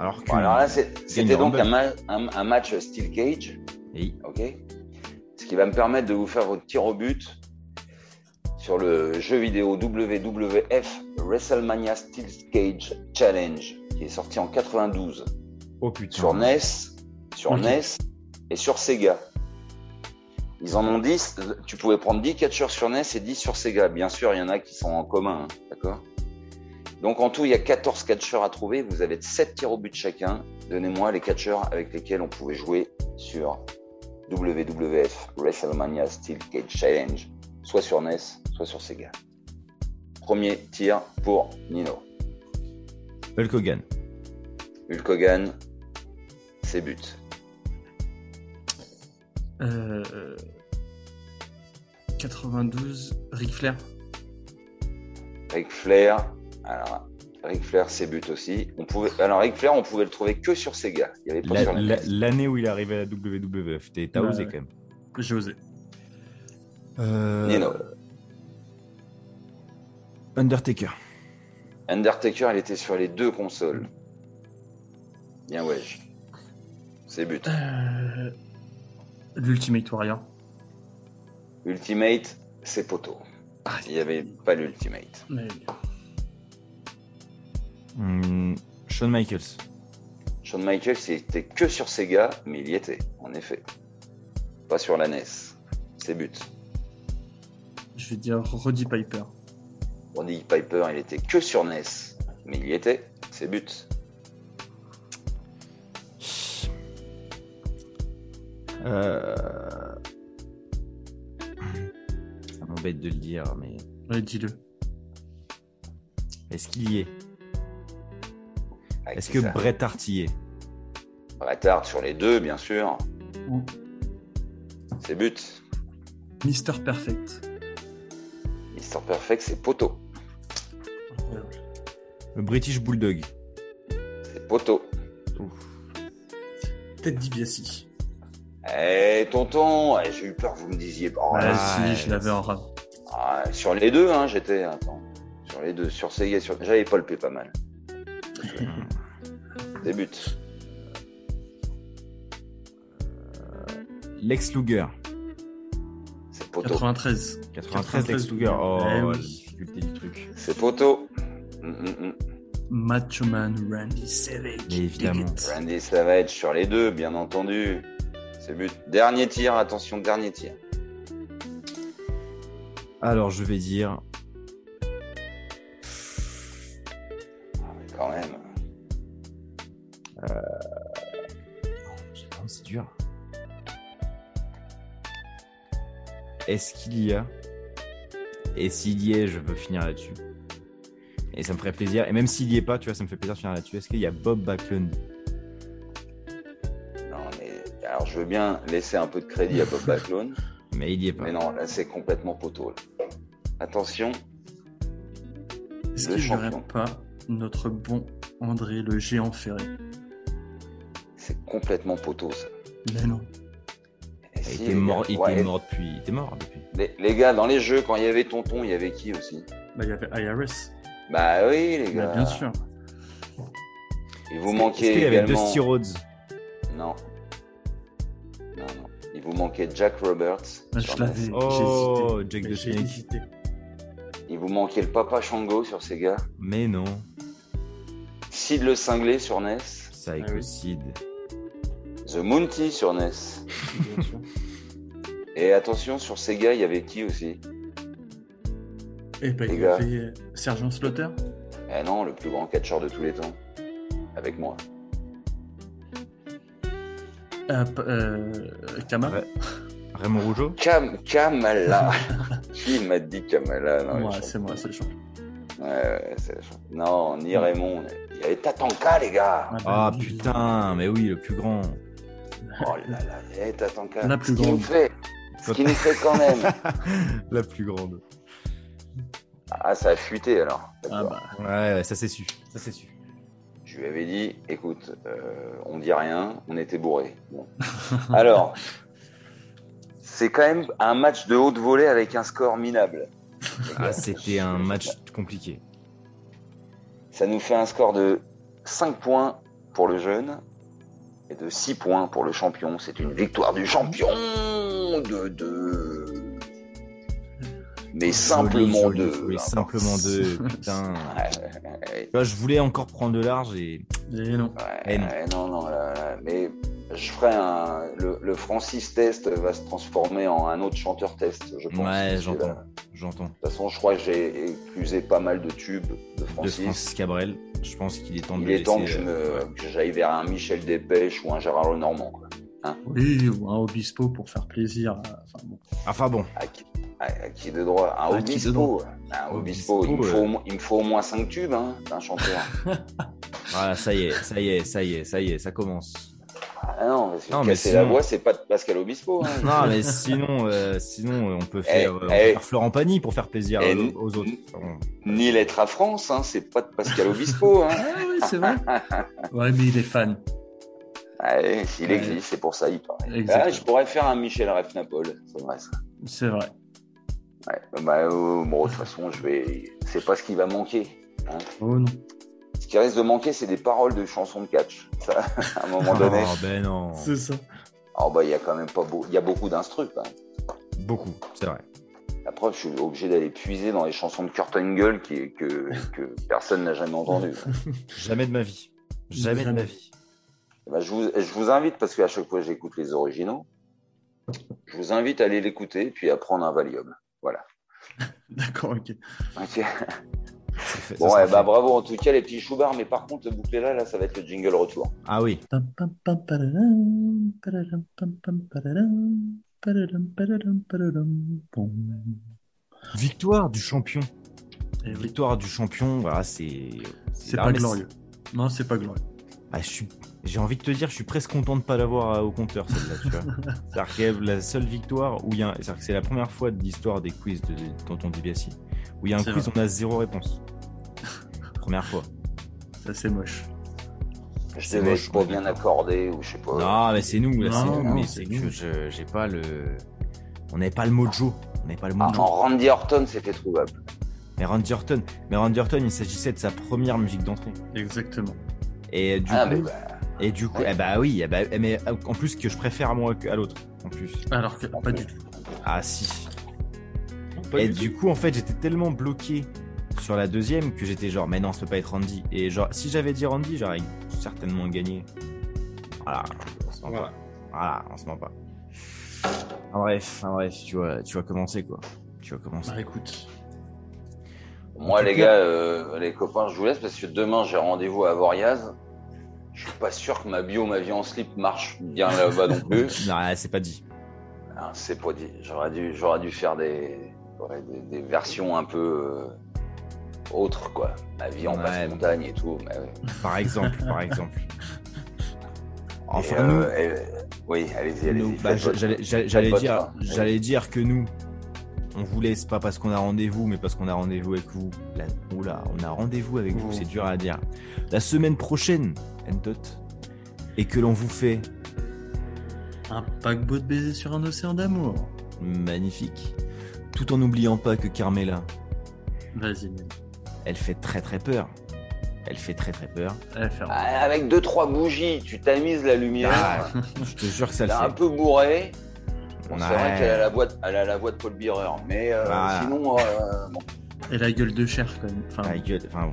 Speaker 2: Alors que.
Speaker 4: bon, alors là, c'est- c'était
Speaker 2: une
Speaker 4: donc un,
Speaker 2: Rumble.
Speaker 4: ma- un- un match Steel Cage.
Speaker 2: Et-
Speaker 4: ok Ce qui va me permettre de vous faire votre tir au but sur le jeu vidéo WWF WrestleMania Steel Cage Challenge, qui est sorti en 92
Speaker 2: Oh putain.
Speaker 4: sur NES, sur
Speaker 3: Ok.
Speaker 4: NES et sur Sega. Ils en ont 10, tu pouvais prendre 10 catcheurs sur NES et 10 sur Sega. Bien sûr, il y en a qui sont en commun, hein, d'accord Donc en tout, il y a 14 catcheurs à trouver, vous avez 7 tirs au but chacun. Donnez-moi les catcheurs avec lesquels on pouvait jouer sur WWF WrestleMania Steel Cage Challenge, soit sur NES, soit sur Sega. Premier tir pour Nino.
Speaker 2: Hulk Hogan.
Speaker 4: Hulk Hogan, ses buts.
Speaker 3: Euh, euh, 92, Ric Flair.
Speaker 4: Ric Flair, alors Ric Flair ses buts aussi. On pouvait, alors Ric Flair, on pouvait le trouver que sur Sega. Il y avait pas
Speaker 2: La-
Speaker 4: sur la
Speaker 2: la-
Speaker 4: liste.
Speaker 2: L'année où il est arrivé à la WWF, t'es- t'as
Speaker 3: Bah,
Speaker 2: osé
Speaker 3: ouais.
Speaker 2: quand même.
Speaker 3: J'ai osé.
Speaker 2: Euh,
Speaker 4: Nino.
Speaker 2: Undertaker.
Speaker 4: Undertaker, il était sur les deux consoles. Bien wesh. Ses buts.
Speaker 3: Euh, L'Ultimate Warrior.
Speaker 4: Ultimate, ses poteaux.
Speaker 3: Ah,
Speaker 4: Il n'y avait pas l'Ultimate.
Speaker 3: mais-
Speaker 2: Hmm, Shawn Michaels.
Speaker 4: Shawn Michaels, il était que sur Sega, mais il y était, en effet. Pas sur la NES. Ses buts.
Speaker 3: je vais dire Roddy Piper.
Speaker 4: Roddy Piper, il était que sur NES, mais il y était. Ses buts.
Speaker 2: Euh... Ça m'embête de le dire, mais
Speaker 3: Ouais, dis-le.
Speaker 2: est-ce qu'il y est
Speaker 4: Ah,
Speaker 2: Est-ce
Speaker 4: qui
Speaker 2: que
Speaker 4: ça
Speaker 2: Bret Hart y est
Speaker 4: Bret Hart sur les deux, bien sûr.
Speaker 3: Ou
Speaker 4: Ses buts.
Speaker 3: Mister Perfect.
Speaker 4: Mister Perfect, c'est poteau.
Speaker 3: Incroyable.
Speaker 2: Le British Bulldog.
Speaker 4: C'est poteau.
Speaker 3: Ted DiBiase.
Speaker 4: Eh, tonton, eh, j'ai eu peur que vous me disiez. Oh,
Speaker 3: Ah,
Speaker 4: là,
Speaker 2: ouais.
Speaker 3: si, je l'avais en rap.
Speaker 4: ah, sur les deux, hein, j'étais. Attends. Sur les deux, sur Sega, sur... j'avais palpé pas mal. Ses buts.
Speaker 2: Lex Luger.
Speaker 4: C'est poteau.
Speaker 3: 93.
Speaker 2: 93 Lex
Speaker 3: 93
Speaker 2: Luger. Oh,
Speaker 3: Eh
Speaker 2: la
Speaker 3: oui.
Speaker 2: difficulté du truc.
Speaker 4: C'est poteau. Mm, mm, mm.
Speaker 3: Macho Man Randy Savage.
Speaker 2: Mais évidemment.
Speaker 3: Dig it.
Speaker 4: Randy Savage sur les deux, bien entendu. C'est but. Dernier tir, attention, dernier tir.
Speaker 2: Alors, je vais dire.
Speaker 4: Ah, mais Quand même.
Speaker 2: Putain, C'est dur. Est-ce qu'il y a Et s'il y est, je veux finir là-dessus. Et ça me ferait plaisir. Et même s'il y est pas, tu vois, ça me fait plaisir de finir là-dessus. Est-ce qu'il y a Bob Backlund
Speaker 4: Non, mais. Alors, je veux bien laisser un peu de crédit à Bob Backlund.
Speaker 2: Mais il y est pas.
Speaker 4: Mais non, là, c'est complètement poteau. là. Attention,
Speaker 3: Est-ce
Speaker 4: Le
Speaker 3: qu'il n'y aurait
Speaker 4: champion.
Speaker 3: pas notre bon André le géant ferré
Speaker 4: c'est complètement poteau, ça.
Speaker 3: Mais non.
Speaker 4: Et
Speaker 2: Il
Speaker 4: si,
Speaker 2: était
Speaker 4: les
Speaker 2: mort,
Speaker 4: gars,
Speaker 2: il
Speaker 4: ouais,
Speaker 2: était mort depuis. Il était mort depuis.
Speaker 4: Les, les gars, dans les jeux, quand il y avait Tonton, il y avait qui aussi
Speaker 3: Bah, il y avait IRS.
Speaker 4: Bah oui, les
Speaker 3: Bah,
Speaker 4: gars.
Speaker 3: bien sûr.
Speaker 4: Il vous
Speaker 2: Est-ce
Speaker 4: manquait
Speaker 2: qu'il y avait
Speaker 4: également.
Speaker 2: Dusty Rhodes
Speaker 4: non. Non, non. Il vous manquait Jack Roberts.
Speaker 2: Ah,
Speaker 3: Bah,
Speaker 4: sur
Speaker 3: je l'avais.
Speaker 4: NES.
Speaker 2: Oh,
Speaker 3: j'ai hésité.
Speaker 2: Jake
Speaker 3: Mais
Speaker 2: the
Speaker 3: j'ai
Speaker 2: Snake.
Speaker 3: hésité.
Speaker 4: Il vous manquait le Papa Shango sur Sega.
Speaker 2: Mais non.
Speaker 4: Sid le cinglé sur NES.
Speaker 2: Psycho
Speaker 3: Ah oui.
Speaker 2: Sid.
Speaker 4: The Mountie sur NES.
Speaker 3: Bien sûr.
Speaker 4: Et attention, sur Sega, il y avait qui aussi
Speaker 3: Et bah,
Speaker 4: Les
Speaker 3: il y
Speaker 4: gars.
Speaker 3: avait Sergent Slaughter.
Speaker 4: Eh non, le plus grand catcheur de tous les temps. Avec moi.
Speaker 3: Euh, p- euh, Kama
Speaker 2: Ouais. Raymond Rougeau
Speaker 4: Cam, Kamala. Qui m'a dit Kamala non,
Speaker 3: Moi,
Speaker 4: je-
Speaker 3: c'est moi, c'est le champion.
Speaker 4: Ouais, ouais, c'est- je- Non, ni Raymond. Il y avait Tatanka, les gars.
Speaker 2: Ah
Speaker 3: bah oui.
Speaker 2: putain, mais oui, le plus grand.
Speaker 4: Oh là là, eh, Tatanka.
Speaker 3: La plus
Speaker 4: Ce qui nous
Speaker 3: grande.
Speaker 4: fait, ce qui nous fait quand même.
Speaker 2: La plus grande.
Speaker 4: Ah, ça a fuité alors.
Speaker 3: Ah
Speaker 4: D'accord.
Speaker 3: bah,
Speaker 2: Ouais, ouais, ça c'est su. Ça c'est su.
Speaker 4: Je lui avais dit, écoute, euh, on dit rien, on était bourré. Alors, c'est quand même un match de haute volée avec un score minable.
Speaker 2: Ah, c'était un match compliqué.
Speaker 4: Ça nous fait un score de 5 points pour le jeune et de 6 points pour le champion. C'est une victoire du champion de deux. Mais simplement
Speaker 2: Joli,
Speaker 4: deux.
Speaker 2: joli, joli, simplement deux, putain.
Speaker 4: Ouais,
Speaker 2: Tu vois, je voulais encore prendre le large et.
Speaker 3: et non.
Speaker 4: ouais,
Speaker 2: Eh non.
Speaker 4: ouais, non, non, là, là, mais je ferai un. Le, le Francis Test va se transformer en un autre chanteur test, je pense.
Speaker 2: Ouais,
Speaker 4: Parce que là,
Speaker 2: j'entends. J'entends.
Speaker 4: De toute façon, je crois que j'ai éclusé pas mal de tubes de
Speaker 2: De
Speaker 4: Francis.
Speaker 2: Francis Cabrel. Je pense qu'il est temps de
Speaker 4: Il
Speaker 2: le
Speaker 4: est temps que
Speaker 2: laisser,
Speaker 4: je
Speaker 2: euh,
Speaker 4: me- que j'aille vers un Michel Dépêche ou un Gérard Lenormand. quoi.
Speaker 3: Oui, ou un Obispo pour faire plaisir. à- Enfin, bon.
Speaker 2: Enfin bon,
Speaker 4: À qui, à- à qui de droit Un
Speaker 3: À qui de
Speaker 4: Obispo. Un Obispo. Il me,
Speaker 2: Obispo,
Speaker 4: faut, au moins- il me faut au moins 5 tubes hein, d'un chanteur.
Speaker 2: voilà, ça y est, ça y est, ça y est, ça y est, ça commence.
Speaker 4: ah non, parce que
Speaker 2: Non, mais
Speaker 4: casser
Speaker 2: sinon-
Speaker 4: la voix, c'est pas de Pascal Obispo. hein.
Speaker 2: Non, mais sinon, euh, sinon euh, on peut
Speaker 4: Eh,
Speaker 2: faire, euh, on peut
Speaker 4: eh.
Speaker 2: faire Florent Pagny pour faire plaisir
Speaker 4: Eh,
Speaker 2: aux,
Speaker 4: nous-
Speaker 2: aux autres.
Speaker 4: nous-
Speaker 2: Pardon.
Speaker 4: Ni Lettre à France, hein, c'est pas de Pascal Obispo. Hein.
Speaker 3: Ah oui, c'est vrai. Ouais, mais il est fan.
Speaker 4: Ouais, S'il
Speaker 3: Ouais.
Speaker 4: existe, c'est pour ça il paraît.
Speaker 3: Exactement.
Speaker 4: Ah, je pourrais faire un Michel Refnapol, c'est vrai ça.
Speaker 3: C'est vrai.
Speaker 4: Ouais, bah, euh, bon, de toute façon, je vais. C'est pas ce qui va manquer.
Speaker 3: Oh non.
Speaker 4: Ce qui risque de manquer, c'est des paroles de chansons de catch. Ça, à un moment donné.
Speaker 2: Oh, ben non.
Speaker 3: C'est ça.
Speaker 4: Oh, bah, il y a quand même pas beau. Il y a beaucoup d'instrus. Hein.
Speaker 2: Beaucoup, c'est vrai.
Speaker 4: La preuve, je suis obligé d'aller puiser dans les chansons de Kurt Angle qui, que, que personne n'a jamais entendues.
Speaker 2: Jamais de ma vie. Jamais de ma vie.
Speaker 4: Eh ben, je, vous, je vous invite, parce qu'à chaque fois j'écoute les originaux, je vous invite à aller l'écouter puis à prendre un Valium.
Speaker 3: D'accord, ok.
Speaker 4: Ok.
Speaker 2: Ça fait- ça
Speaker 4: Bon,
Speaker 2: sera
Speaker 4: eh ben,
Speaker 2: fait.
Speaker 4: bravo en tout cas, les petits choubards, mais par contre, boucler là, là, ça va être le jingle retour.
Speaker 2: Ah oui.
Speaker 3: Pam, pam, pam, pararam, pararam, pam, pam, pararam, pararam, pararam, pararam, pom.
Speaker 2: Victoire du champion.
Speaker 3: Eh oui,
Speaker 2: Victoire du champion, voilà, c'est.
Speaker 3: c'est
Speaker 2: Ah,
Speaker 3: pas
Speaker 2: mais
Speaker 3: glorieux. Non, c'est pas glorieux.
Speaker 2: Ah, je suis- J'ai envie de te dire, je suis presque content de pas l'avoir euh, au compteur, celle-là, tu vois. C'est-à-dire que la seule victoire où il y a. C'est-à-dire que c'est la première fois de l'histoire des quiz de Tonton DiBiase où il y a un
Speaker 3: C'est
Speaker 2: quiz, on a zéro réponse. première fois.
Speaker 3: Ça, c'est moche.
Speaker 4: Je
Speaker 2: C'est
Speaker 4: devais
Speaker 2: moche,
Speaker 4: être
Speaker 2: on
Speaker 4: pas
Speaker 2: est
Speaker 4: bien
Speaker 2: d'accord.
Speaker 4: accordé ou je sais pas.
Speaker 2: Non, mais c'est nous, là,
Speaker 3: Non,
Speaker 2: c'est nous,
Speaker 3: non,
Speaker 2: mais
Speaker 3: c'est
Speaker 2: c'est
Speaker 3: nous.
Speaker 2: que je- j'ai pas le. On n'avait pas le mojo. On n'avait pas le
Speaker 4: Ah,
Speaker 2: mojo.
Speaker 4: en Randy Orton, c'était trouvable.
Speaker 2: Mais Randy Orton, mais Randy Orton, il s'agissait de sa première musique d'entrée.
Speaker 3: Exactement.
Speaker 2: Et du
Speaker 4: Ah,
Speaker 2: coup,
Speaker 4: mais bah,
Speaker 2: et du coup,
Speaker 4: ouais.
Speaker 2: eh bah oui, eh bah, mais en plus que je préfère à moi qu'à l'autre, en plus.
Speaker 3: Alors que, pas du tout.
Speaker 2: Ah si.
Speaker 3: Pas
Speaker 2: et
Speaker 3: du tout.
Speaker 2: du coup, en fait, j'étais tellement bloqué sur la deuxième que j'étais genre, mais non, ça peut pas être Randy. Et genre, si j'avais dit Randy, j'aurais certainement gagné. Voilà, on se ment
Speaker 3: Voilà.
Speaker 2: pas. Voilà, on se ment pas. En bref, en bref, tu vois, tu vas commencer quoi. Tu vas commencer.
Speaker 3: Bah écoute,
Speaker 4: moi,
Speaker 2: tout
Speaker 4: les
Speaker 2: cas-
Speaker 4: gars, euh, les copains, je vous laisse parce que demain, j'ai rendez-vous à Voriaz. Je suis pas sûr que ma bio, ma vie en slip marche bien là-bas non plus.
Speaker 2: Non, c'est pas dit.
Speaker 4: Ah, C'est pas dit. J'aurais dû, j'aurais dû faire des, ouais, des, des versions un peu euh, autres, quoi. Ma vie en
Speaker 2: Ouais,
Speaker 4: basse
Speaker 2: bon.
Speaker 4: montagne et tout. mais ouais.
Speaker 2: Par exemple, par exemple.
Speaker 4: Et,
Speaker 2: Enfin, nous,
Speaker 4: euh, et- oui, allez-y, allez-y.
Speaker 2: nous, bah,
Speaker 4: faites votre-
Speaker 2: j'allais- j'allais j'allais
Speaker 4: votre
Speaker 2: dire,
Speaker 4: fin.
Speaker 2: j'allais dire que nous, on vous laisse pas parce qu'on a rendez-vous, mais parce qu'on a rendez-vous avec vous. Là, oula, on a rendez-vous avec vous,
Speaker 3: Oh.
Speaker 2: c'est dur à dire. La semaine prochaine, Ndot, et que l'on vous fait
Speaker 3: un paquebot de baiser sur un océan d'amour.
Speaker 2: magnifique, tout en n'oubliant pas que Carmela,
Speaker 3: Vas-y, Nel.
Speaker 2: elle fait très très peur. Elle fait très très peur.
Speaker 3: Allez, faire.
Speaker 4: Ah, Avec deux, trois bougies, tu tamises la lumière.
Speaker 2: Ah, je te jure que ça
Speaker 4: Elle
Speaker 2: le
Speaker 4: est un
Speaker 2: fait.
Speaker 4: peu bourré. Bon, c'est vrai
Speaker 2: Ouais.
Speaker 4: qu'elle a la voix, de, elle a la voix de Paul Bearer, mais euh,
Speaker 2: Voilà.
Speaker 4: sinon, euh, bon,
Speaker 3: Et la gueule de chair, quand même. Enfin,
Speaker 2: La gueule, enfin bon,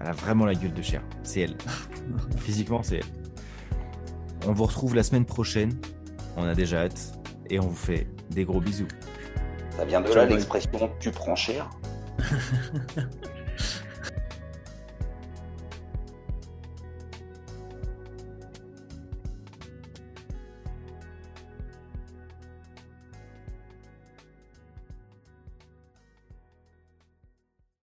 Speaker 2: elle a vraiment la gueule de chair. C'est elle. Physiquement, c'est elle. On vous retrouve la semaine prochaine. On a déjà hâte. Et on vous fait des gros bisous.
Speaker 4: ça vient de
Speaker 3: Ciao,
Speaker 4: là
Speaker 3: bye.
Speaker 4: l'expression tu prends cher.